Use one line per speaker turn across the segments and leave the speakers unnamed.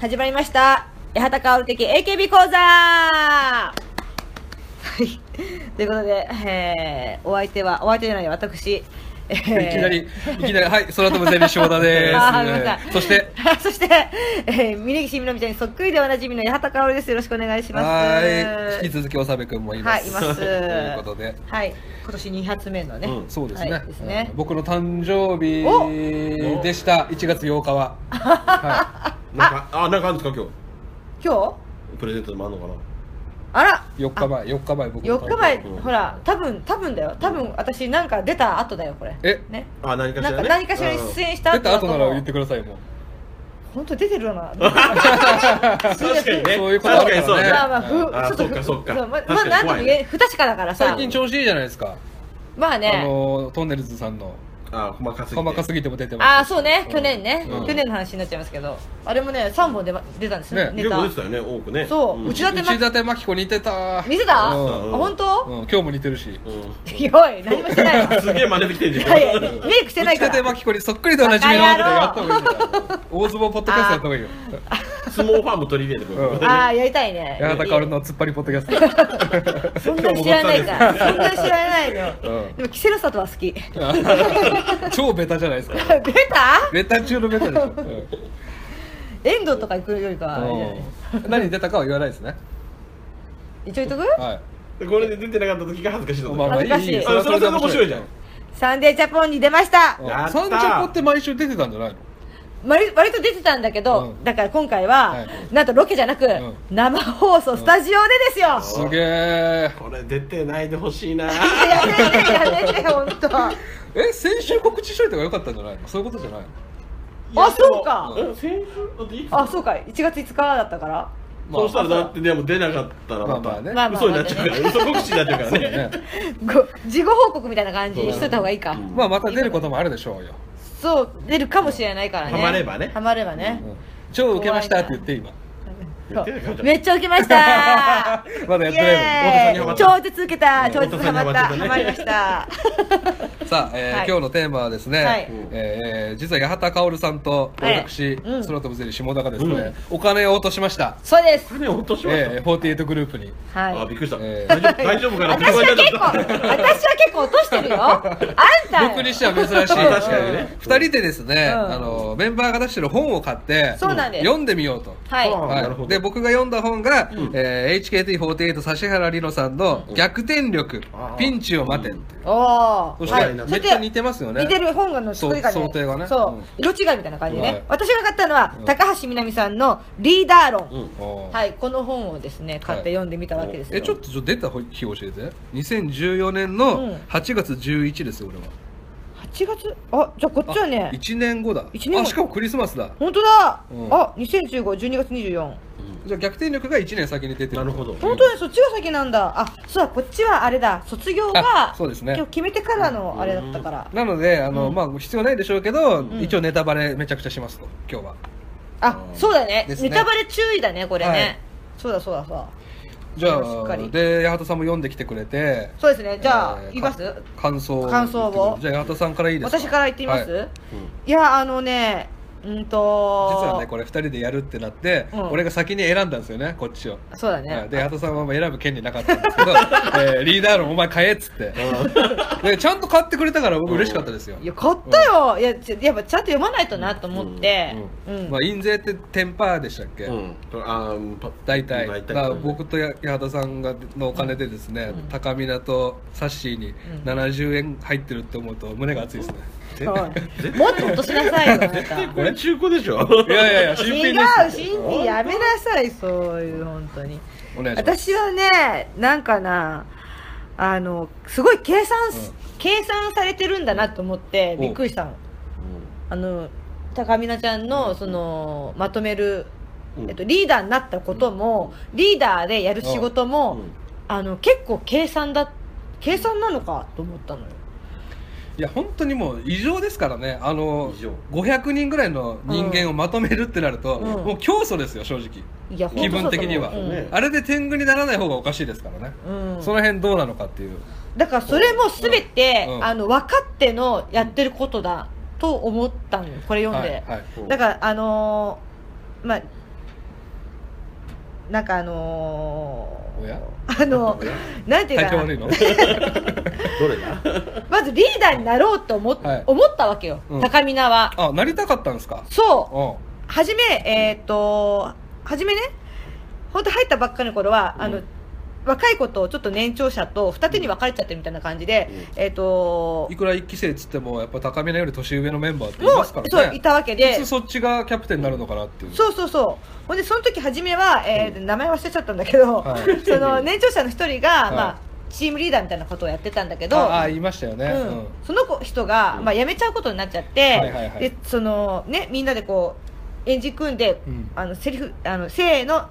始まりました八幡薫的 AKB 講座はいということで、えーお相手はお相手じゃない私、えー
いきなり、いきなり、はい、空飛ぶゼミ翔太で
あーごめんなさい
す。そして、
そして、えー、峯岸みなみちゃんにそっくりでおなじみの八幡薫ですよろしくお願いします
はい、引き続きおさべくんもいま
は
す。
いいます
ということで、
はい今年2発目のね、
うん
そうですね,、
はいですね
うん僕の誕生日でした。1月8日は。は
なんかあなんかあるんですか今
今日
日プレゼントでもあるのかな
あら
い、4日前、4日前僕の誕
4
生
日前
うん
ほら多分多分だよ多分私なんか出た後だよこれ
え
ね
あ何かし
な
ら
ん
ね
か何かしらに出演した
出
後
た
だと
後なら言
思
っ
う
てくださいもん。
本当出てるよ な
うん確かにね
そういうことあるからね
確かにそうね
まあまあふ
あ
ちょっとふ
そっかそっか
まあまあ
確かに
なんと
怖
も
いね
言え不確かだからさ
最近調子いいじゃないですか。
まあ
あ
ね
の、トンネルズさんの、
あ細かすぎて
細かすぎても出てます。
ああそうね去年ね
うん
去年の話になっちゃいますけどあれもね3本出ま出たんですね
ね
ネ
結構
タ
出てたよね多くね
そう
うん
内
内
館真
館真紀子似てた。
見てたあ
うん
うん
本
う
当
ん今日も似てるし。
う
いやおい何もしてない
ん すげえ真似てきてんじゃん
いやいやメイクしてないか
内館
ら
真紀子にそっくりでおなじみのことやった方がいいんだよ。大相撲ポッドキャストやった方がいいよ。
相撲ファンも取り入れてくる
うん
ああやりたいね
八幡薫の突っ張りポッドキャスト。
そんなに知らないからそんなに知らないの
うん
でもキセロサトは好き出
超ベタじゃないですか。
た
ベタ中のベタでしょ。
遠藤とか行くよりかはあれじゃない
うん何に出たかは言わないですね。
一応言っとく
はい。
これで出てなかった時が恥ずかしいの
まあまあいい
恥ずかしい
いい。
あそれはそれで面白いじゃん
サンデージャポンに出ました
うん
やった
サンジャポって毎週出てたんじゃないの？
割割と出てたんだけど、
うん
だから今回は、
はい
なんとロケじゃなく、
ん
生放送スタジオでですよ、
すげえ。
これ出てないでほしいな
やめてやめて本当。
え先週告知しといた方が良かったんじゃないの？そういうことじゃないの？
あそうか
え先週だっていつ
あそうか1月5日だったから
まあ
そうしたらだってでも出なかったら
ま
ま
あまあ
た
ね
まあまあ
嘘になっちゃうから嘘告知になっちゃうから
そうだ
ね
ね。
ご事後報告みたいな感じにしといた方がいいか、
うん
まあまた出ることもあるでしょうよ。
そう出るかもしれないからね
ハマればね
ハマればね
う、ん超受けましたって言って今。
そう
言ってないか
めっちゃ受けました
まだやってな
イエーイ
いのに
太田さんにハマった
超絶受けた超絶
太田
ハ
さん
マ
にハマ
っ
ったた
ハマりました
さあ、えー
はい
今日のテーマはですね、
はい
えー実は八幡薫さんと
はい
私、
うん
空飛ぶゼリー下田がですね、お金を落としました、
そうです
金落としました
えー、48グループに
は
あ、
い
びっくりした。
え
大丈夫大丈夫かなって
私は
ちゃ
結構私は結構落としてるよあんたよ
僕にしては珍しい
あ確かにね
2人でですね、
うん
あのメンバーが出してる本を買って
そうなんです
読んでみようと。
はい
あ
はい
なるほ
で
ど
僕が読んだ本が、えー HKT48 指原莉乃さんの「逆転力、
あー
ピンチを待て」っていう、
おお
そし
は
て
い
めっちゃ似てますよね
似てる本の作りがね
そう想定がね
そう
うん
色違いみたいな感じでね、
はい
私が買ったのは、
うん
高橋みなみさんの「リーダー論
お」ー
はいこの本をですね買って読んでみたわけですよ、
えちょっとちょっと出た日教えて2014年の8月11ですよ俺は、
8月あじゃあこっちはね
1年後だ
一年後
あしかもクリスマスだ
本当だ、
うん
あ20152月24
じゃあ逆転力が1年先に出てる
なるほど。
本当にそっちが先なんだあそうだこっちはあれだ卒業が
あそうですね
今日決めてからのあれだったから、
なのであの、
うん
まあ必要ないでしょうけど、
ん
一応ネタバレめちゃくちゃしますと今日は
あそうだね
です
ネ
ね
タバレ注意だねこれね、
はい
そうだそうだそうだ
じゃ
しっか
あ
り
で八幡さんも読んできてくれて
そうですねじゃあ、
えー
言います
か感想を
感想を
じゃあ八幡さんからいいですか
私から言ってみます、
はい
い、やあのねうんと
実はねこれ2人でやるってなって、
うん
俺が先に選んだんですよねこっちを
そうだ
はい
ね
で八幡さんは選ぶ権利なかったんです けど、えーリーダーのお前買えっつってでちゃんと買ってくれたから僕嬉しかったですよ
いや買ったよ、いやちやっぱちゃんと読まないとなと思ってう、
うんんまあ、印税ってテンパーでしたっけ、
うん。あーパ
大体だから僕
う
とや八幡さんがのお金でですね、高見菜とサッシーに70円入ってるって思うと胸が熱いですね、
そうもっと落としなさいよあなた
んこれ中古でしょ。
いやいやいや新
違
品
う
です
新品やめなさいそういう本当に
お願いします
私はねなんかなあのすごい計算す、
うん
計算されてるんだなと思ってびっくりしたのあの高見菜ちゃんのそのまとめる、
うん
えっと、リーダーになったことも、リーダーでやる仕事も、
うん
あの結構計算だ計算なのかと思ったのよ
いや本当にもう異常ですからねあの
異常
500人ぐらいの人間をまとめるってなると、
うん
もう競争ですよ正直、
いや
気分的に
本当そうだ
は、
と思う
ね
あれで天狗にならない方がおかしいですからね、
うんうん
その辺どうなのかっていう
だからそれも全て、
うん
あの分かってのやってることだと思ったのよこれ読んで、
はいはい
だからあのーまあなんかあのー
おや
あ のなんていうか
体調
な
悪いの
どれだ
まずリーダーになろうと思,、
はい
思ったわけよ、
うん
高見菜は
あなりたかったんですか
そう
うん
初めえーっと初めね本当入ったばっかりの頃は、
うん
あの若い子とちょっと年長者と二手に分かれちゃってるみたいな感じで、えーっと
いくら一期生っつってもやっぱ高見菜より年上のメンバーってい
も
ま
う
すからね
そういたわけで
いつそっちがキャプテンになるのかなっていう
そうそうそうほんでその時初めは、えー名前忘れちゃったんだけど、
はい
その年長者の一人が、
はい
まあ、チームリーダーみたいなことをやってたんだけど
ああ言いましたよね、
う
うん
ん、その子人が、
うん
まあ、辞めちゃうことになっちゃっ
はいはい
て
はい
でそのねみんなでこう演じ組んで、
うん
あのセリフあのせーの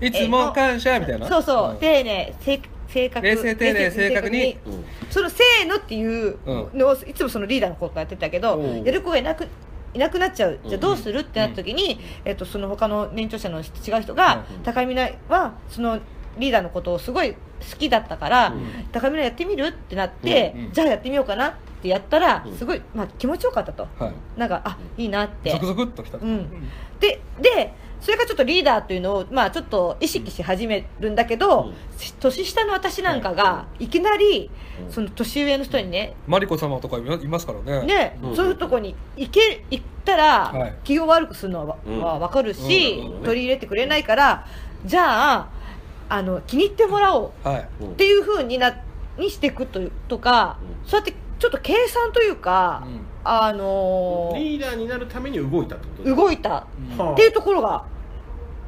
いつも感謝みたいな
そうそう、
ん
丁寧せ正確
冷静丁寧正確に
うん
そのせーのっていうのを、いつもそのリーダーの子がやってたけど、
うん
やる子がいなくいなくなっちゃうじゃ
う
あ
ん
どうするってなった時に、えっとその他の年長者の人違う人が、
うん
高見菜はそのリーダーのことをすごい好きだったから、
うん
高見菜やってみるってなって、
うんうん
じゃあやってみようかなってやったら、
うん
すごい、まあ、気持ちよかったと
はい
なんかあいいなって
ゾクゾクっときた、
うんででそれがちょっとリーダーというのを、まあ、ちょっと意識し始めるんだけど、
うん
年下の私なんかがいきなり、
うん
その年上の人にね
マリコ様とかいますからね
ね、
うん
そういうとこに行け行ったら、
はい
気を悪くするのは,、
うん
は分かるし、
うん
うん
取り入れてくれないからじゃああの気に入ってもらおう
はい
うん
っていうふうになにしていくというとか、
うん
そうやってちょっと計算というか、
うん
あのー
リーダーになるために動いたってことい
動いた
うん
っていうところが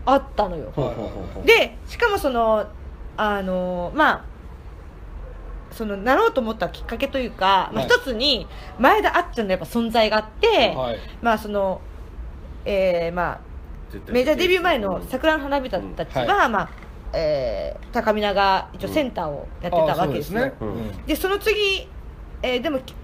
あったのよ。
は
でしかもそのあのまあそのなろうと思ったきっかけというか、まあ、
はい
一つに前田あっちゃんのやっぱ存在があって、
はい
まあそのえーまあメジャーデビュー前の桜の花びたたちは、
うんは
まあえー高見菜が一応センターをやってたわけですね。
ああそう
うん
うん
でその次、えーでもき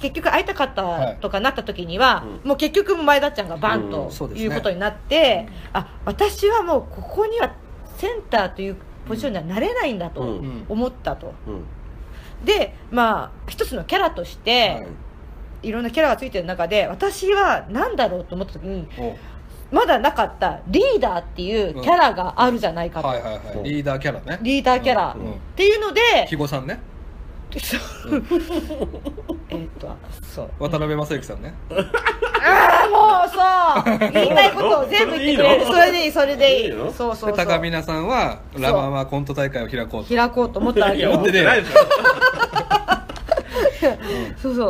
結局会いたかったとかなった時には、
う
もう結局もう前田ちゃんがバン
う
と
ん
そうですね
いうことになって、
うん
あ私はもうここにはセンターというポジションにはなれないんだ
う
と
ん
うん
思ったと、
うん
でまあ一つのキャラとして、
はい
い、ろんなキャラがついてる中で私は何だろうと思った時に
お
まだなかったリーダーっていうキャラがあるじゃないかと、
はいはいはいリーダーキャラね
リーダーキャラ、
う
っ
んうん
ていうので、
肥後さんね
そうえっとそう
渡辺正行さんね
ああもうそう言いたいことを全部言ってくれる
そ
そ
れ
れ
で
で
い
い
い
いそれでいい
のいいの
そうそう
で
そう
高見菜さんはラ・ママコント大会を開こうと
開こうと思ったわけ
いや
よ
思ってないでしょ
そうそ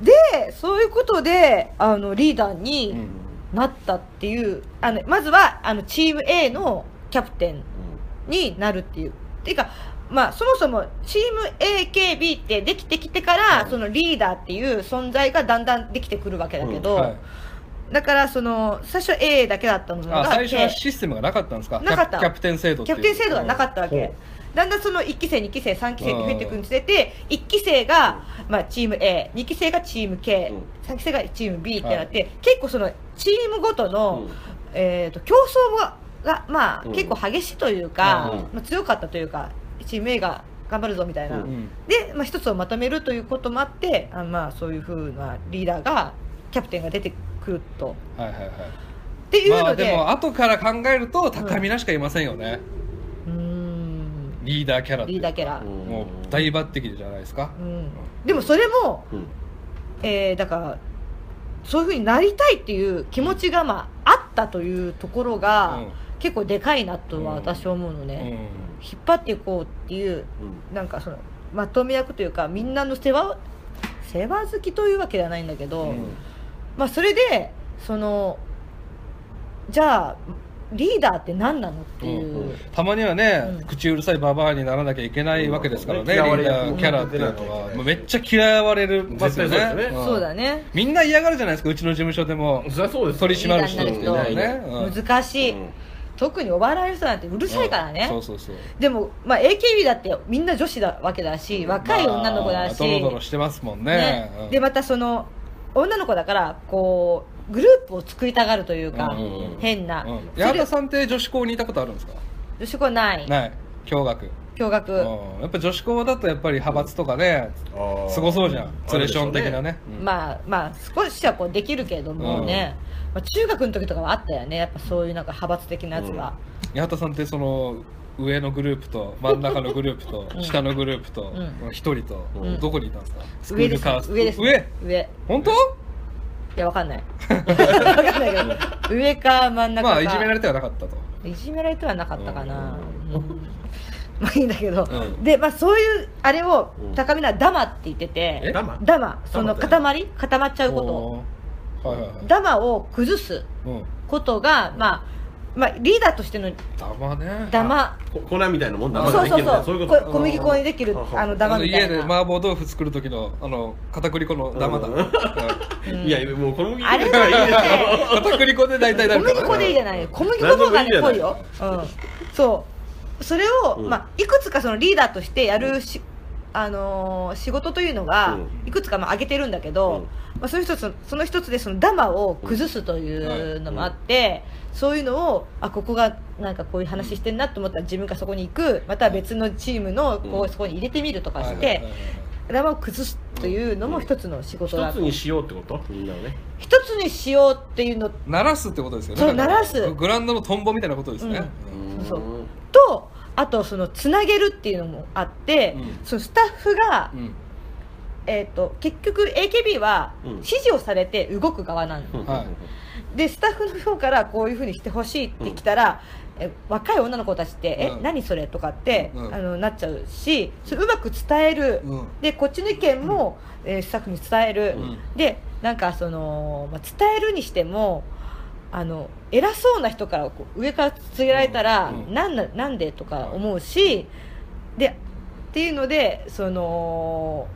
うでそういうことであのリーダー
う
に
ん
なったっていうあのまずはあのチーム A のキャプテンになるっていうっていうかまあそもそもチーム AKB ってできてきてから、
うん
そのリーダーっていう存在がだんだんできてくるわけだけど、
はい
だからその最初 A だけだったのが
あ最初は
で
システムがなかったんですか
なかった
キャプテン制度って
キ
い
ャ
う
プテン制度がなかったわ
うんほ
けだんだんその1期生2期生3期生に増えていくにつれて1期生が、まあ、チーム A2 期生がチーム K3、三期生がチーム B ってなって、結構そのチームごとの、えー、と競争ががまあ、
うん
結構激しいというか、
うん
まあ、強かったというかチーム A が頑張るぞみたいな、
うん
うん
で、まあ、一つをまとめるということもあってあまあそういうふうなリーダーがキャプテンが出てくると。
はいはいはい
っていう
まあ
の
で
で、
も後から考えると高見菜しかいませんよね、
うーん
リーダーキャラって
リーダーキャラ、
うん
もう大抜擢じゃないですか
うん、でもそれも、
うん
えーだからそういうふうになりたいっていう気持ちが、まあ、あったというところが、
うん
結構でかいなとは
うん
私は思うの
う
ね、
ん
引っ張っていこうっていうなんかそのまとめ役というかみんなの世話を世話好きというわけではないんだけど、
うん
まあ、それでそのじゃあリーダーって何なのっていう。
うんうん
たまにはね、
うん
口うるさいババアにならなきゃいけないわけですからね、
うん
リ
嫌わ
ー
れ
ダ
役
ーキャラっていうの
う
は、
ん
もうめっちゃ嫌われるますよ
絶対そうで
ね
すよね
そうだね
みんな嫌がるじゃないですかうちの事務所でも
うんそりゃそうですよ
取り締まる人
リ
っ
ー
て
ダー
ね
に
なる
うん
難しい、
うん
特にお笑いの人なんてうるさいからね、
そうそうそう
でも、まあ、AKB だってみんな女子だわけだし若い女の子だし、
まあドロドロしてますもんね
ね
うん
でまたその女の子だからこうグループを作りたがるというか、
うんうんうん
変な、
うん
そ
矢
れを
田さんって女子校にいたことあるんですか
女子校ない
ない共学、
共学、
うんやっぱ女子校だとやっぱり派閥とかね、
あー
すごそうじゃんツレション的なねあ
まあまあ少しはこうできるけどもね、まあ、中学の時とかはあったよねやっぱそういうなんか派閥的なやつが、
八幡さんってその上のグループと真ん中のグループと下のグループと
う
一人と
うん
どこにいたんですかスク
上で
ール
す
カースト
上です
上
上
本当
いやわか んないわかんないけど上か真ん中か
まあいじめられてはなかったと
いじめられてはなかったかな、
うん
うん まあいいんだけど、
うん
で、まあ、そういうあれを
うん
高見菜はダマって言ってて
えダマ
ダマその
ダマって
塊
何
固まっちゃうこ
おーはいはいは
と
い
ダマを崩す
うん
ことが、まあまあ、リーダーとしての
ダマね
ダマ
こ粉みたいなもんだまだ
そうそう
できるんだそ
そ
ういうう
こ
こ
小
と
麦粉にできる
うんうん
あのダマ
あの
みた
家
い
で
な
麻婆豆腐作る時のあの片栗粉のダマだ、
う
うんん
うん
いやもう小麦粉
あれ
がいいでし
は ね
片栗粉で大体な
小
るから
麦粉でいいじゃない小麦粉の方がね
何でも
濃い
いいじゃ
よ、うん、そうそれを、
うん
まあ、いくつかそのリーダーとしてやるし、あのー仕事というのが
う
いくつかまあ挙げてるんだけど、まあ、その一つその一つでそのダマを崩すというのもあって、そういうのをあここがなんかこういう話してんなと思ったら自分がそこに行くまたは別のチームのこ
う
うんそこに入れてみるとかし
はいはいは
て
い
ダマを崩すというのも一つの仕事だ
ょ一
と
つにしようってことみんなをね
一つにしようっていうの
鳴らすってことですよね
そう
だから
鳴らす
グラウンドのトンボみたいなことですね、
う
うん
そう
うん
とあとそのつなげるっていうのもあって、
うん
そのスタッフが、
ん
えー、と結局 AKB は
うん
指示をされて動く側なの、
うん
はい
でスタッフの方からこういうふうにしてほしいって来たら、え若い女の子たちって「え
うん
何それ?」とかって、
うん
あのなっちゃうしそれうまく伝える、
うんうん
でこっちの意見も、えースタッフに伝える、
うん
でなんかその、まあ、伝えるにしてもあの偉そうな人からこう上から告げられたら、
うんうん
なんななんでとか思うし、でっていうのでその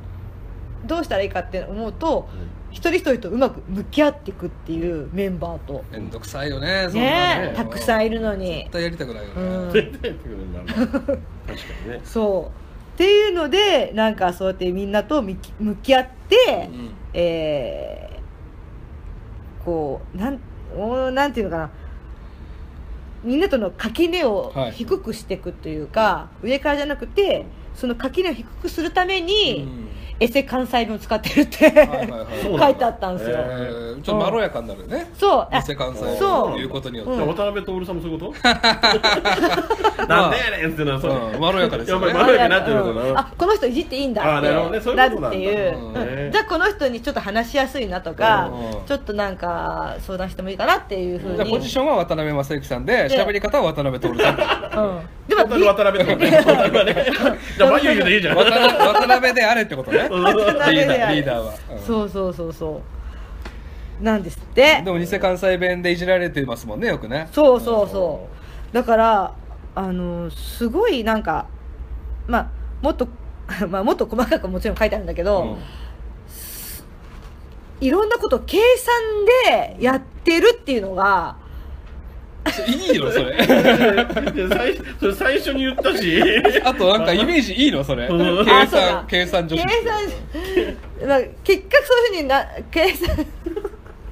どうしたらいいかって思うと一人一人とうまく向き合っていくっていうメンバーと
めんどくさいよねそんな
ね
ね
たくさんいるのに
絶。対やりたくないよね、
うん
絶対やってくれるんだろう確かにね
そうっていうのでなんかそうやってみんなと向き向き合って、
うん
えーこうなんおーなんていうのかなみんなとの垣根を
はい
低くしていくというか、上からじゃなくてその垣根を低くするため
う
に、
ん
エセ関西弁を使ってるって、
はいはいはい
そうなんだ
書いてあったんですよ、
えーちょっとまろやかになるね
そうあ
偽関西
そう
ということによって、
うん
渡辺徹さんもそういう ことなんでやねんってのはそう
うんまろやかですよね
やっぱりまろやかになってるの
うん
かな
あこの人いじっていいんだ
あ
っ
ー
て
なるほどねそういうことなんだ
るっていう
うん
うん
ね
じゃあこの人にちょっと話しやすいなとか
うん
ちょっとなんか相談してもいいかなっていうふう
じゃあ
に、う
ポ
ん
ジションは渡辺正行さん
で
で喋り方は渡辺徹さん渡
で
ト
も
ータル渡辺徹 ねトータルはねじゃあ眉毛でいいじゃん
辺渡辺であれってことねリー
渡
ダー
辺
リー
であ
ダ
れ
ーは、うん
そうそうそうそうなんですって
でも偽関西弁でいじられてますもんねよくね
そうそうそうだからあのすごいなんかまあもっと まあもっと細かくもちろん書いてあるんだけど、いろんなことを計算でやってるっていうのが
うんいいのそれ
いや最初それ最初に言っ たし
あとなんかイメージいいのそれ
うん
計
あそうだ
算計算女子
計算、 まあ、結局そういうふうにな計算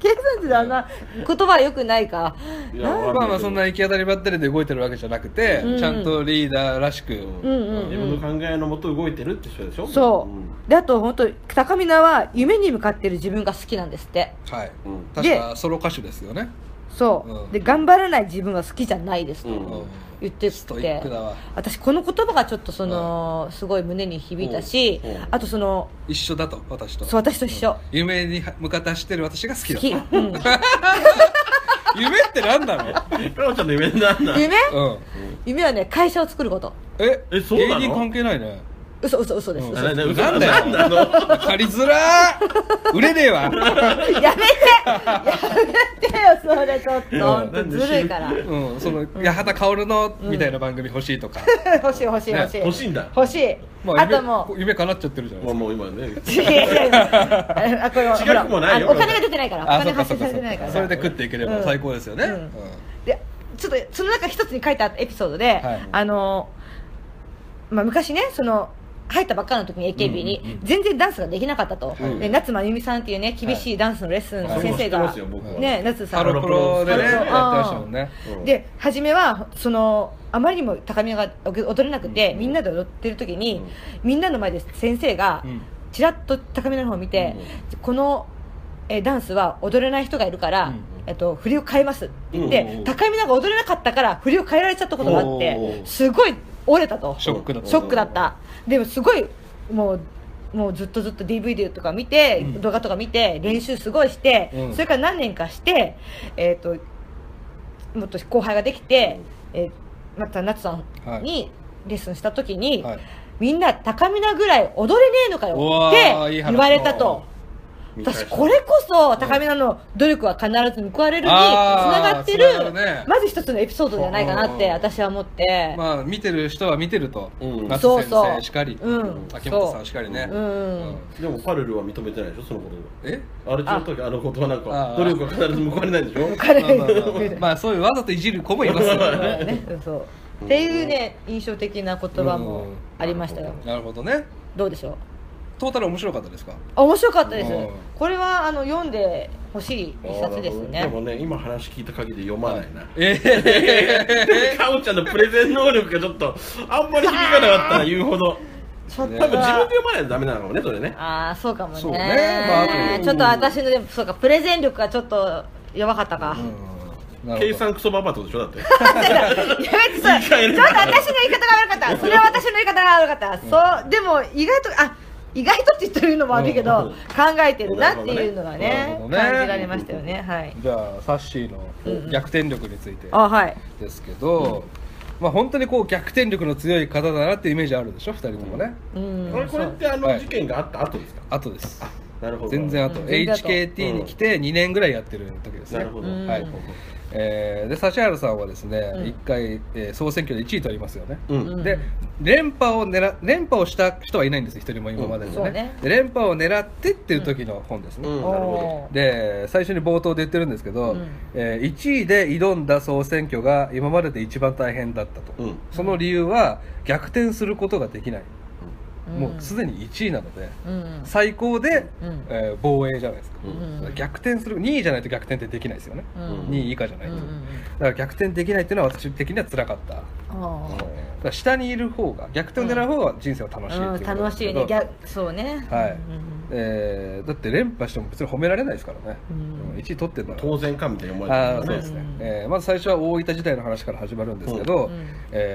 計算ってあんな言葉はよくないか
いや
なん
わ
まあまあそんな行き当たりばったりで動いてるわけじゃなくて、
うん
ちゃんとリーダーらしく、
うんうん
自
う
分
ん
の考えのもと動いてるって人でしょ
そう、
ん
であと本当高見菜は夢に向かってる自分が好きなんですって
はい、
うん
確かソロ歌手ですよね、
そう、
うん
で頑張らない自分は好きじゃないですと、
うん
うん
言って
ストイッ
て
クだわ
私この言葉がちょっとその、すごい胸に響いたし、
うんうん
あとその
一緒だと私と
そう私と一緒
夢に向かって走ってる私が好
好
きだ
き、 うん、
夢って何な
ペロちゃんの夢なんだ
夢
のうん
夢はね会社を作ること
え
えそうなの
芸人関係ないね
嘘嘘嘘です、
うん
嘘
なな
なんだよ
なんだの
借りづらー売れねえわ
やめてやめてよそれちょっとほんとずるいから
うんその八幡薫のみたいな番組欲しいとか、
欲しい欲しい欲しい
欲しいんだ
欲しい
ま
あと も
夢夢叶っちゃってるじゃない
ま
ですか
あもう今ね
ういやいやいやあこれは
違くもないよ
ほらあお金が出てないからお
あそ
金
っか
発
そ
生され
っかそ
て
っ
ないか
からそれで食っていけれ
う
ば
ん
最高ですよね、
うんでちょっとその中一つに書いてあったエピソードで、
はい
あのまあ、昔ねその入ったばっかの時に AKB に、
うんうんうん
全然ダンスができなかったと、
はい
で夏真由美さんっていうね厳しいダンスのレッスンの先生が、
はいそれも知ってますよ僕は
ね夏さ
ハ
ん
ロプロでね
ハ
や
ロ
っ
プ
て
ロ
ましたもんね
うん
で初めはそのあまりにも高見が踊れなくて、みんなで踊ってる時に、みんなの前で先生が
うん
ちらっと高見の方を見て、このえダンスは踊れない人がいるから、
うん
えっと、振りを変えますって言っ
うんうん
て
うん
高見なんか踊れなかったから振りを変えられちゃったことがあっ
お
て
ー
すごい折れたと
ショックだった
ショックだったでもすごいもうもうずっとずっと DVD とか見て、
うん
動画とか見て練習すごいして、
うん
それから何年かして、えっともっと後輩ができて、えーまた夏さんにレッスンした時に、
はい
みんな高見なぐらい踊れねえのか
う
よ
わ
っ
ー
て
いい話
言われたと。
見返し
私
た
これこそ高見菜の努力は必ず報われるにつな
あー
がって
つなが
る
るね
まず一つのエピソードじゃないかなって
うん
私は思って、
まあ見てる人は見てると、
うん
夏
そう
先
そう
生しかり、
うん
秋元さんしかりね、
そう
うん
ん
でもパルルは認めてないでしょそのこと
え
あれちょっとあの言葉なんか
あ
努力は必ず報われないんでし ょ
彼
まあまあま あ、まあそういうわざといじる子もいますよね
ねそうっていうね印象的な言葉もありましたよ
うん
なるほどね
どうでしょう
トータル面白かったですか
あ面白かったです
うん
これはあの読んでほしい一冊です
で
ね
もね今話聞いた限り読まない な
ええ
かおちゃんのプレゼン能力がちょっとあんまり響かなかったな言うほど
ちょっと
多分自分で
は
読まないとダメなのかもねそれね
ああそうかもね
そうねまああと
ちょっと私のでもそうかプレゼン力がちょっと弱かったか、
なるほど
計算クソババアってことでしょだって
やめてさ、ちょっと私の言い方が悪かった。それは私の言い方が悪かった。そう、でも意外と、あ、意外とって言ってるのも悪いけ
うん
ど、考えてるなっていうのが
なる
ね
ほ、どね
感じられましたよね。はい。
じゃあサッシーの逆転力について
あ、はい。
ですけど、まあ本当にこう逆転力の強い方だなっていうイメージあるでしょ2人ともね、
うん。
これこれってあの事件があった後ですか
後です
なるほど
全然後、
うん全然後
HKT に来て2年ぐらいやってる時ですね
なるほど
うん
はいえーで指原さんはですね、
うん
1回、えー総選挙で1位取りますよね、
うん
うん
で連覇を狙連覇をした人はいないんです一人も今まで
うんそ
の
う
ね,で、
ね
連覇を狙ってっていう時の本ですね、
うん
おおー。
で最初に冒頭で言ってるんですけど、
うん
えー1位で挑んだ総選挙が今までで一番大変だったと、
うん
その理由は逆転することができない、
ん
もうすでに1位なので
うん。
最高で、
うん
えー防衛じゃないですか、
うん
うん
逆転する2位じゃないと逆転ってできないですよね、
うん
2位以下じゃないと、
うんう
だ
ん
から逆転できないっていうのは私的には辛かった、だ
あ
から下にいる方が逆転を狙う方が人生は楽しい
ー
っ
うん
ていうことなん
楽
です
し
け
い
ど
ね。逆そうね。
はい
うん
えーだって連覇しても別に褒められないですからね、
うん
1位取ってんだから
当然かみたいに思われて
あー
ま
そ
す
う
ね
です
う
ね
ん、
えーまず最初は大分時代の話から始まるんですけど、
うんうん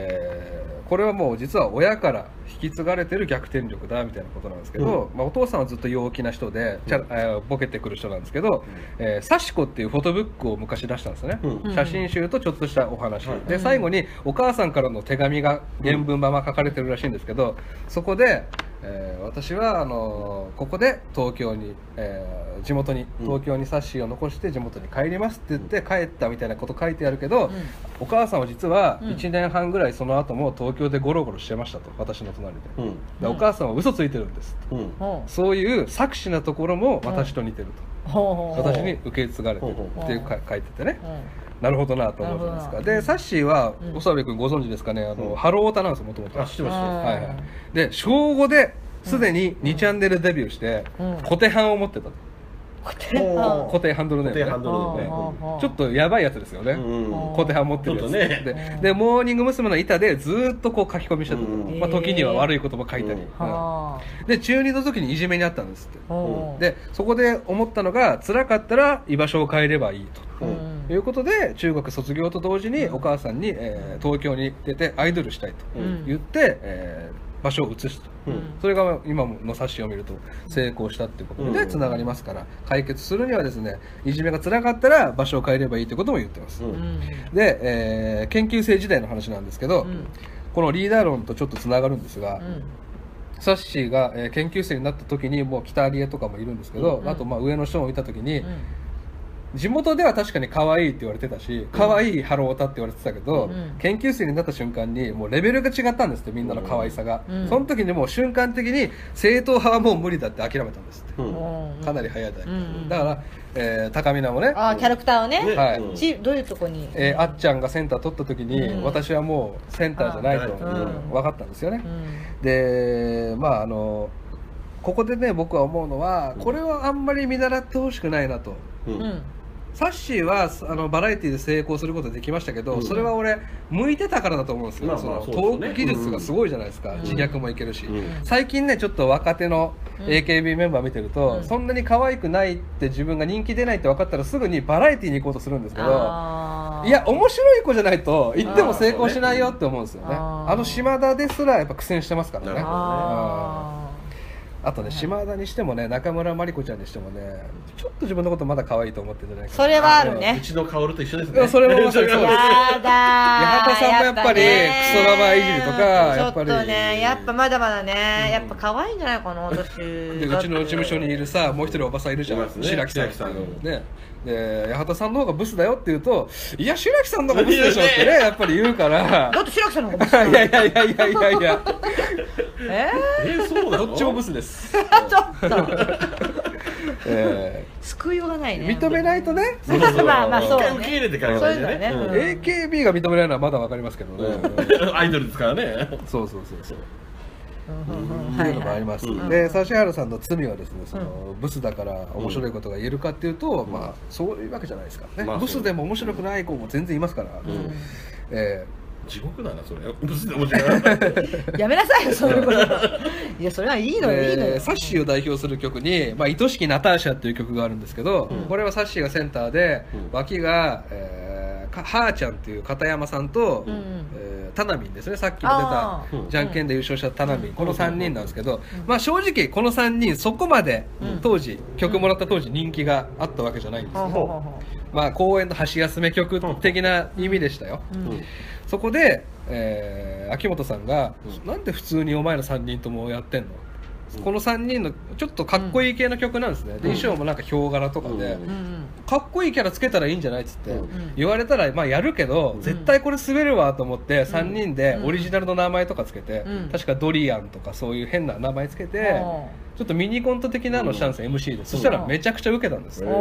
えーこれはもう実は親から引き継がれてる逆転力だみたいなことなんですけど、まあ、お父さんはずっと陽気な人で、ちゃ
うん
えーボケてくる人なんですけど「えーサシコ」っていうフォトブックを昔出したんですね、
うん
写真集とちょっとしたお話、
はい
うん
で最後にお母さんからの手紙が原文まま書かれてるらしいんですけどそこで、えー私はあのーここで東京に、えー地元に
うん
東京にサッシーを残して地元に帰りますって言って帰ったみたいなこと書いてあるけど、お母さんは実は
うん
1年半ぐらいその後も東京でゴロゴロしてましたと私の隣で,、
うん
でお母さんは嘘ついてるんですと
うん
ほう
そういう作詞なところも私と似てる
ほう
と、
ほうほう
私に受け継がれてる
ほうほ
う
っていうか書いててね、
うん
なるほどなと思うじゃないで
なる
す
ほ
か
ど
でサッシーは
うん
長谷部君ご存知ですかねあの、
うん
ハローオタなんですよもともと
あ知ってました
はいはいで小5ですでに
うん
2チャンネルデビューして、
うん
コテハンを持ってたと
固定
おー
コテハンドルネームね
固定ハンド
ルネーム
ほうほうほう
ちょっとやばいやつですよね、
うん
コテハン持ってるやつ
ちょっとね
ででモーニング娘。の板でずーっとこう書き込みしてたと、
うん
まあ、時には悪いことも書いたり、うん
うん
は
で中2の時にいじめにあったんですって
あほう
でそこで思ったのが辛かったら居場所を変えればいいと
う
とい
ん
うことで中学卒業と同時にお母さんに、えー東京に出てアイドルしたいと
うん
言って、えー場所を移すと、
うん
それが今の冊子を見ると成功したっていうこと
う
で
ん
つながりますから解決するにはですねいじめがつらかったら場所を変えればいいということも言ってます、
うん
で、えー研究生時代の話なんですけど、
うん
このリーダー論とちょっとつながるんですが、
うん
サッシーが、えー研究生になった時にもう北有江とかもいるんですけど、
うん
あとまあ上の人もいた時に、
うん
地元では確かに可愛いって言われてたし可愛いハローオタって言われてたけど、
うん
研究生になった瞬間にもうレベルが違ったんですってみんなの可愛さが、
うん
その時にもう瞬間的に正統派はもう無理だって諦めたんですって、かなり早いだ,、
うん
だから、えー高見菜もね、
あーキャラクターをね
ね
はい
うん
ちどういうとこに
えーあっちゃんがセンター取った時に、
うん
私はもうセンターじゃないと、
あ
ーうん
分かったんですよね、
うん
でまああのここでね僕は思うのはこれはあんまり見習ってほしくないなと
うん
サッシーはあのバラエティで成功することできましたけど、
うん
それは俺向いてたからだと思うんですよ、
まあまあ
その
そうです
ト
ね
ーク技術がすごいじゃないですか、
うん
自虐もいけるし、
うん
最近ねちょっと若手の
うん
AKB メンバー見てると、
うん
そんなに可愛くないって自分が人気出ないって分かったらすぐにバラエティに行こうとするんですけど
あー
いや面白い子じゃないと行っても成功しないよって思うんですよね
あ
あ
ー
の島田ですらやっぱ苦戦してますから
なる
ね
ほど
あ
あとね島田にしてもね中村真理子ちゃんにしてもねちょっと自分のことまだ可愛いと思ってるんじゃない
ー
かな
それはあるね
うちの薫と一緒です
い
ね
やそれもまさにそ
や
うで
だ
八幡さんもやっぱり
ね
クソババアいじりとかやっぱり
ちょっとねやっぱまだまだね
うん
やっぱ可愛いんじゃないかな私
でうちの事務所にいるさもう一人おばさんいるじゃ
い
ん、
ますね
白木さん
白木さん
ねで八幡さんの方がブスだよって言うといや白木さんの方がブスでしょってねやっぱり言うから
だって白木さんの方が
いやいやいやいやいやいや
え
えー そうなの
どっちもブスです、
ー、ちょっと
え
救いようがない
ー
ね
認めないとね
そうそうまあまあそう
一
ね
回受け入れてから
そういうのはね
うん
うん
AKB が認めないのはまだわかりますけどね、
アイドルですからね
そうそうそうそう
うんうんうん
っていうのもあります、
うん
で指原さんの罪はですねその、ブスだから面白いことが言えるかっていうと、まあそういうわけじゃないですからね、
まあそう
ブスでも面白くない子も全然いますから、
うん
え
地獄だなそれブスで面白いな
やめなさいよそういうこといやそれはいい
ー
のよ、いいの
え
よ
ーサッシーを代表する曲に「まあ、愛しきナターシャ」っていう曲があるんですけど、
うん
これはサッシーがセンターで、
うん
脇が、えーかはーちゃんっていう片山さんと、
うん
えータナミンですねさっきも出
あ
た
ー
じゃんけんで優勝したタナミン、この3人なんですけど、
うん
まあ、正直この3人そこまで
うん
当時、曲もらった当時人気があったわけじゃないんです
ほう
よ、
ほうほ
まあ、公演の箸休め曲的な意味でしたよ、
ううん
うん
そこで、えー秋元さんが、
うん
なんで普通にお前ら3人ともやってんの
うん
この3人のちょっとかっこいい系の曲なんですね、で
うん
衣装もなんかヒョウ柄とかで、
うん
うん
かっこいいキャラつけたらいいんじゃないっつって、
うん
言われたらまあやるけど、
うん
絶対これ滑るわと思って3人で
うん
オリジナルの名前とかつけて、
うん
確かドリアンとかそういう変な名前つけて、
ほ
ちょっとミニコント的なのをしたんですよ、MC でそしたらめちゃくちゃウケたんです
う
よ、
うん
お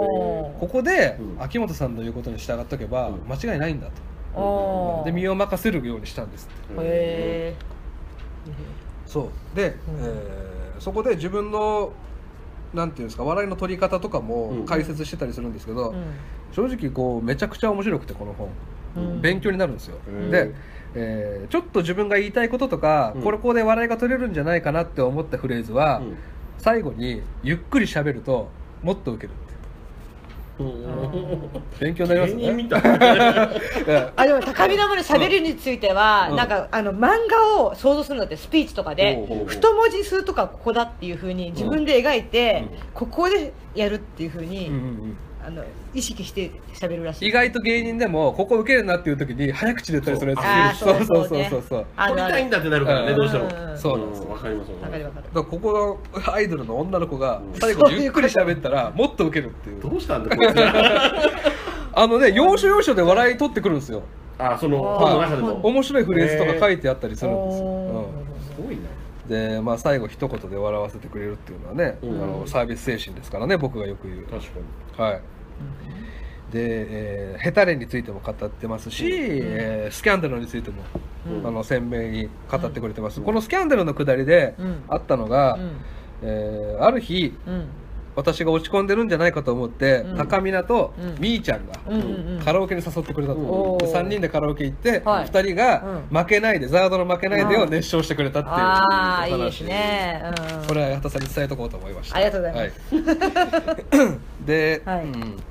ここで
うん
秋元さんの言うことに従っとけば
うん
間違いないんだと、
ーおー
で身を任せるようにしたんですって
へ
そう
う
で、
ん
えーそこで自分のなんていうんですか笑いの取り方とか
う
も
ん
解説してたりするんですけ
ー
ど、
うん
正直こうめちゃくちゃ面白くてこの本、
うん
勉強になるんですよ、
うん
で、えーちょっと自分が言いたいこととか、
うん
これここで笑いが取れるんじゃないかなって思ったフレーズは、最後にゆっくり喋るともっとウケるって
うんうん
勉強になりますよ
芸人
ね
みたいな
うん
あでも高見のもの喋るについては、
うん
なんかあの漫画を想像するんだってスピーチとかで
おうおうおう
太文字数とかここだっていうふうに自分で描いて、
うん
ここでやるっていうふうに、
うんうんうん
あの意識して喋るらしい
意外と芸人でもここ受けるなっていう時に早口で言ったりする
あ
や
ー
つそうそうそう
ね
そうそう
あ
撮り
るある
たいんだってなるから
う
ね
ん
どうしても
ん
そうなんですよ
わかります
わかるわかる
だからここのアイドルの女の子が最
そ
後
ういう
ゆっくり喋ったらもっとウケるっていう
どうしたんだこいつら
あのね要所要所で笑い取ってくるんですよ
あその
はい
本の中でも
面白いフレーズとか書いてあったりするんですよ、
おー
すごいな
うんでまあ最後一言で笑わせてくれるっていうのはね、
うん
あのサービス精神ですからね僕がよく言う
確かに
はいで、えーヘタレについても語ってますし、えースキャンダルについても
うん
あの鮮明に語ってくれてます、
うん
このスキャンダルのくだりで
うん
あったのが、
うん
えーある日
うん
私が落ち込んでるんじゃないかと思って、
うん
高見菜と
うん
みーちゃんが、
うんうんうん
カラオケに誘ってくれた
お
と、
ー
で3人でカラオケ行って、
はい
2人が「
う
負けないで、ザードの負けないで」を熱唱してくれたっていう
ああいいで
話
すね、うん、
これは八幡さんに伝えとこうと思いました
ありがとうござい
ます、はいで、
はい
うん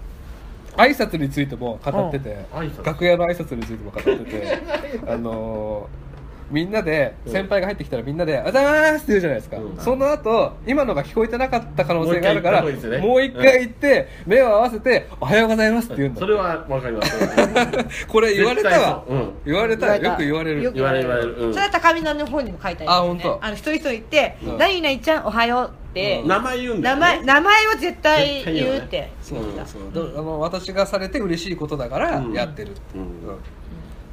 挨拶についても語ってて
うん挨拶
楽屋の挨拶についても語ってて あのーみんなで
うん
先輩が入ってきたらみんなで「あざーす」って言うじゃないですか、
うん
その後今のが聞こえてなかった可能性があるから
もう一回言った方がいいですね
もう一回言って目を合わせて「おはようございます」って言うんだ
それはわかります
これ 言われたわ
絶対そううん
言われたわよく言われる
よく
言われる言われるうん
それは高見菜の方にも書いてあります、ね、
あ本当
あの一人一人言って
う
「
ん
何々ちゃんおはよう」って、
うん
名前言うんだ
名
よ
前
ね
名前を絶対言うっ
絶対言う
て
よね
そうそう
うん
だからあの私がされて嬉しいことだから
うん
やってる、
うん
うん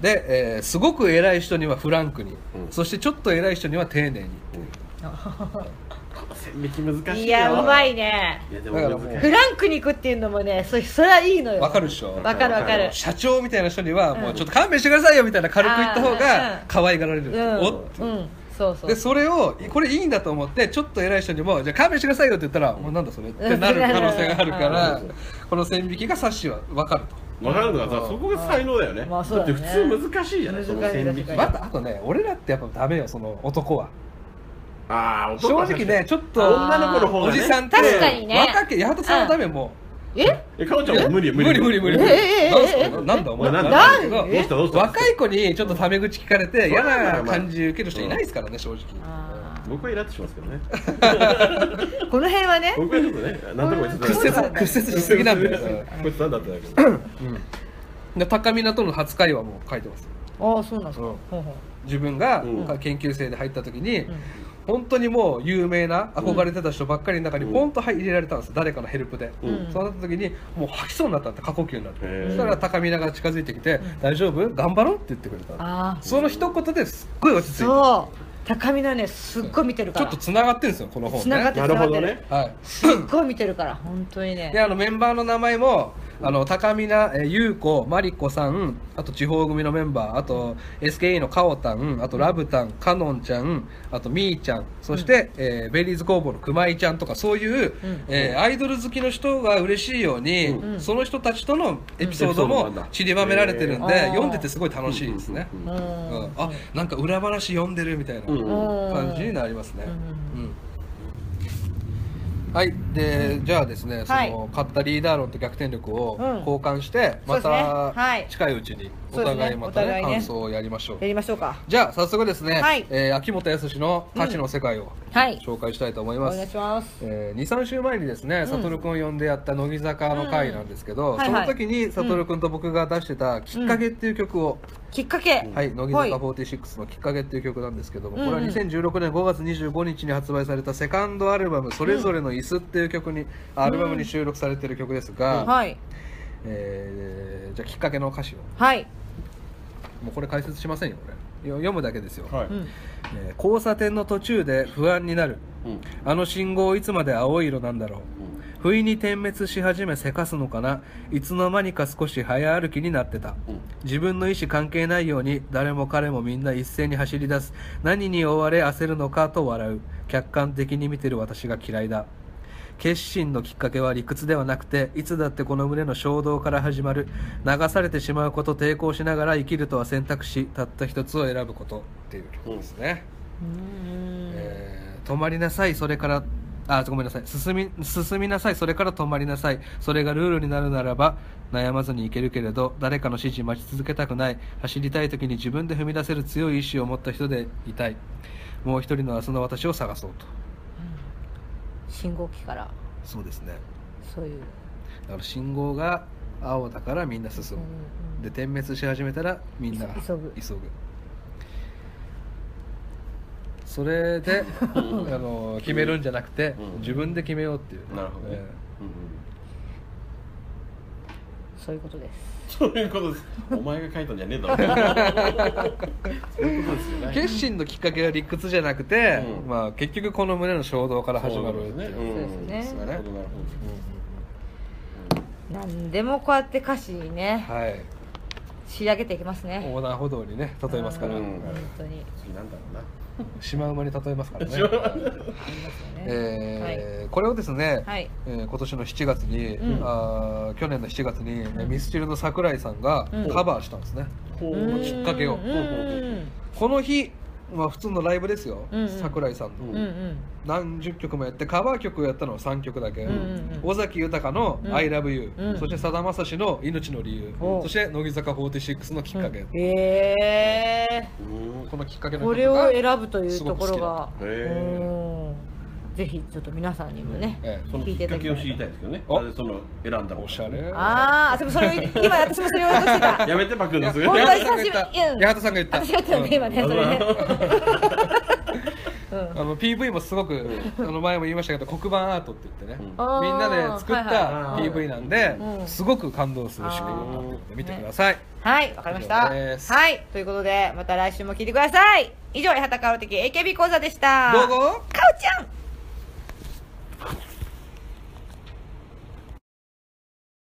で、えーすごく偉い人にはフランクに、
うん
そしてちょっと偉い人には丁寧に、
線引き難しいよ
いやうまいね
いやでも難し
フ
い
ランクに行くっていうのもねそそれはいいのよ
わかるでしょ
わかるわかる
社長みたいな人にはもううんちょっと勘弁してくださいよみたいな軽く言った方
あーう
が
ん
可愛がられる、
うん
おっ
うんそうそう
でそれをこれいいんだと思ってちょっと偉い人にもじゃあ勘弁してくださいよって言ったら「もうなんだそれ」ってなる可能性があるか
な
ら
るほど
この線引きがサッシーは分かると。
分かるのがさそこが才能だよね,、
まあそうだね
って普通難しいじゃないその線引
難
き
しい
ま
難
が
しい
たあとね俺らってやっぱダメよその男は
あー
正
男は
直ねちょっと
女の子の方が、
お
ね、
じさんって
確かにね
若き八幡さんのためも
え
えかおちゃんも無理
無理無理無理無理
ええええ
なんすかなんだお前
なんだ
なんだ
なん
け
え
どうしたどう
ど
した
若い子にちょっとタメ口聞かれて嫌
そうなんだ
な
よまあ
感じ受ける人いないですからね正直
あ
僕はイラッとしますけどね
ーこの辺はね
僕はちょっとねなんとか言って
そう
屈折
た
なんだ
屈折しすぎなんだよ
こいつなんだったんだけど
で高見菜との初会話も書いてます
ああそうなんですか
うん
ほうほう
自分が
うん
研究生で入った時に、
うん
本当にもう有名な憧れてた人ばっかりの中に
うん
ポンと入れられたんです誰かのヘルプで、
うん
そうなった時にもう吐きそうになったって過呼吸になって
へー
そしたら高見菜が近づいてきて「大丈夫頑張ろう」って言ってくれた
ああ
その一言ですっごい落ち着いた
そう高見のねすっごい見てるか
ちょ
ら
っとつながってるんですよこの本ね
繋がって
なるほどね
はい
すっごい見てるから本当にね
であのメンバーの名前もあの高見菜、えー優子、マリコさん、あと地方組のメンバー、あと SKE のカオタン、あとラブタン、カノンちゃん、あとミーちゃん、そして、えーベリーズ工房の熊井ちゃんとかそういう、
うん
えーアイドル好きの人が嬉しいように、
うん
その人たちとのエピソード
う
も
ん
散りばめられてるんで、
へー
読んでてすごい楽しいですね。
う
うんん
うんあなんか裏話読んでるみたいな。
うん
感じになりますね。
うん
うんはい、で、じゃあですね、そ
はい
の買ったリーダー論と逆転力を
うん
交換して、
そう
ま
ですねはい
た近いうちにお
そうです
互
ね
いまた
お互
ね
いね
感想をやりましょう
や。りましょうか
じゃあ早速ですね、
はい
えー秋元康の歌詞の世界を
はい
紹介したいと思い
お
ます。
願いします
えー、23週前にですね悟君を呼んでやった乃木坂の回なんですけど、
うんはいはい
その時に悟君と僕が出してた「きっかけ」っていう曲を
きっかけ
はい、乃木
はい
坂46の「きっかけ」っていう曲なんですけども、
うんうん
これは2016年5月25日に発売されたセカンドアルバム「それぞれの椅子」っていう曲に、アルバムに収録されてる曲ですが、
はい
えーじゃあきっかけの歌詞を
はい
もうこれ解説しませんよこれよ読むだけですよ、
はい
うん
えー交差点の途中で不安になる
うん
あの信号いつまで青い色なんだろう不意に点滅し始めせかすのかないつの間にか少し早歩きになってた、
うん
自分の意思関係ないように誰も彼もみんな一斉に走り出す何に追われ焦るのかと笑う客観的に見てる私が嫌いだ決心のきっかけは理屈ではなくていつだってこの胸の衝動から始まる流されてしまうこと抵抗しながら生きるとは選択したった一つを選ぶことっていうことですね、
うん
えー止まりなさいそれからあごめんなさい進み進みなさいそれから止まりなさいそれがルールになるならば悩まずにいけるけれど誰かの指示待ち続けたくない走りたい時に自分で踏み出せる強い意志を持った人でいたいもう一人の明日の私を探そうと
信号機から
そうですね
そういう
だから信号が青だからみんな進む、
うん
で点滅し始めたらみんなが
急ぐ
急ぐそれであの決めるんじゃなくて、
うん
自分で決めようっていう、
なるほどね
え
そういうことです
そういうことですお前が書いたんじゃねえだろそういうことですよ
え
ね
決心のきっかけは理屈じゃなくて、
うん
まあ、結局この胸の衝動から始まるっていう
そ
そ
う
うですね
ですねなるほどなるほ
何でもこうやって歌詞にね
うんはい
仕上げていきますね
横断歩道にね例えますから、
う
うんん
本当に
ど次なんだろうな
シマウマに例えますからね
シマウマ
ありますよね
えーこれをですね、
はい
えー今年の7月に、
うん
あー去年の7月に、ミスチルの桜井さんが
うん
カバーしたんですね、
ほ
う
きっかけを
うんうん
この日、まあ、普通のライブですよ、
うんうん
桜井さん
う
の、
んうん
何十曲もやってカバー曲をやったのは3曲だけ、
うんうんうん
尾崎豊の
うん
「ILOVEYOU、
うん
そしてさだまさしの「命の理由」
お
そして乃木坂46のきっかけ、
うんへえ
うん
このきっかけの
これ
曲
を
が、え
選ぶというところが
すごく好きだへー
うんぜひちょっと皆さんにもね、
え
そのきっかけを知りたいですけどね
お
なぜその選んだのか
おしゃれ
ああでもそれを今私もそれを言おうとしてた
やめてパクるん です
本
八
当に
幡さんが
う
言っ
ん
た八幡さんが言った
私が言ったのね今ねそれね、うん
あの PV もすごく、あの前も言いましたけど黒板アートって言ってね、
あー
みんなで作っ
は
た
いはい
PV なんで、
うん
すごく感動する仕組みになってるんで見てください、
はい、わかりました。
以上です
はい、ということで、また来週も聞いてください。以上、八幡薫的 AKB 講座でした。
どうぞ
かおちゃん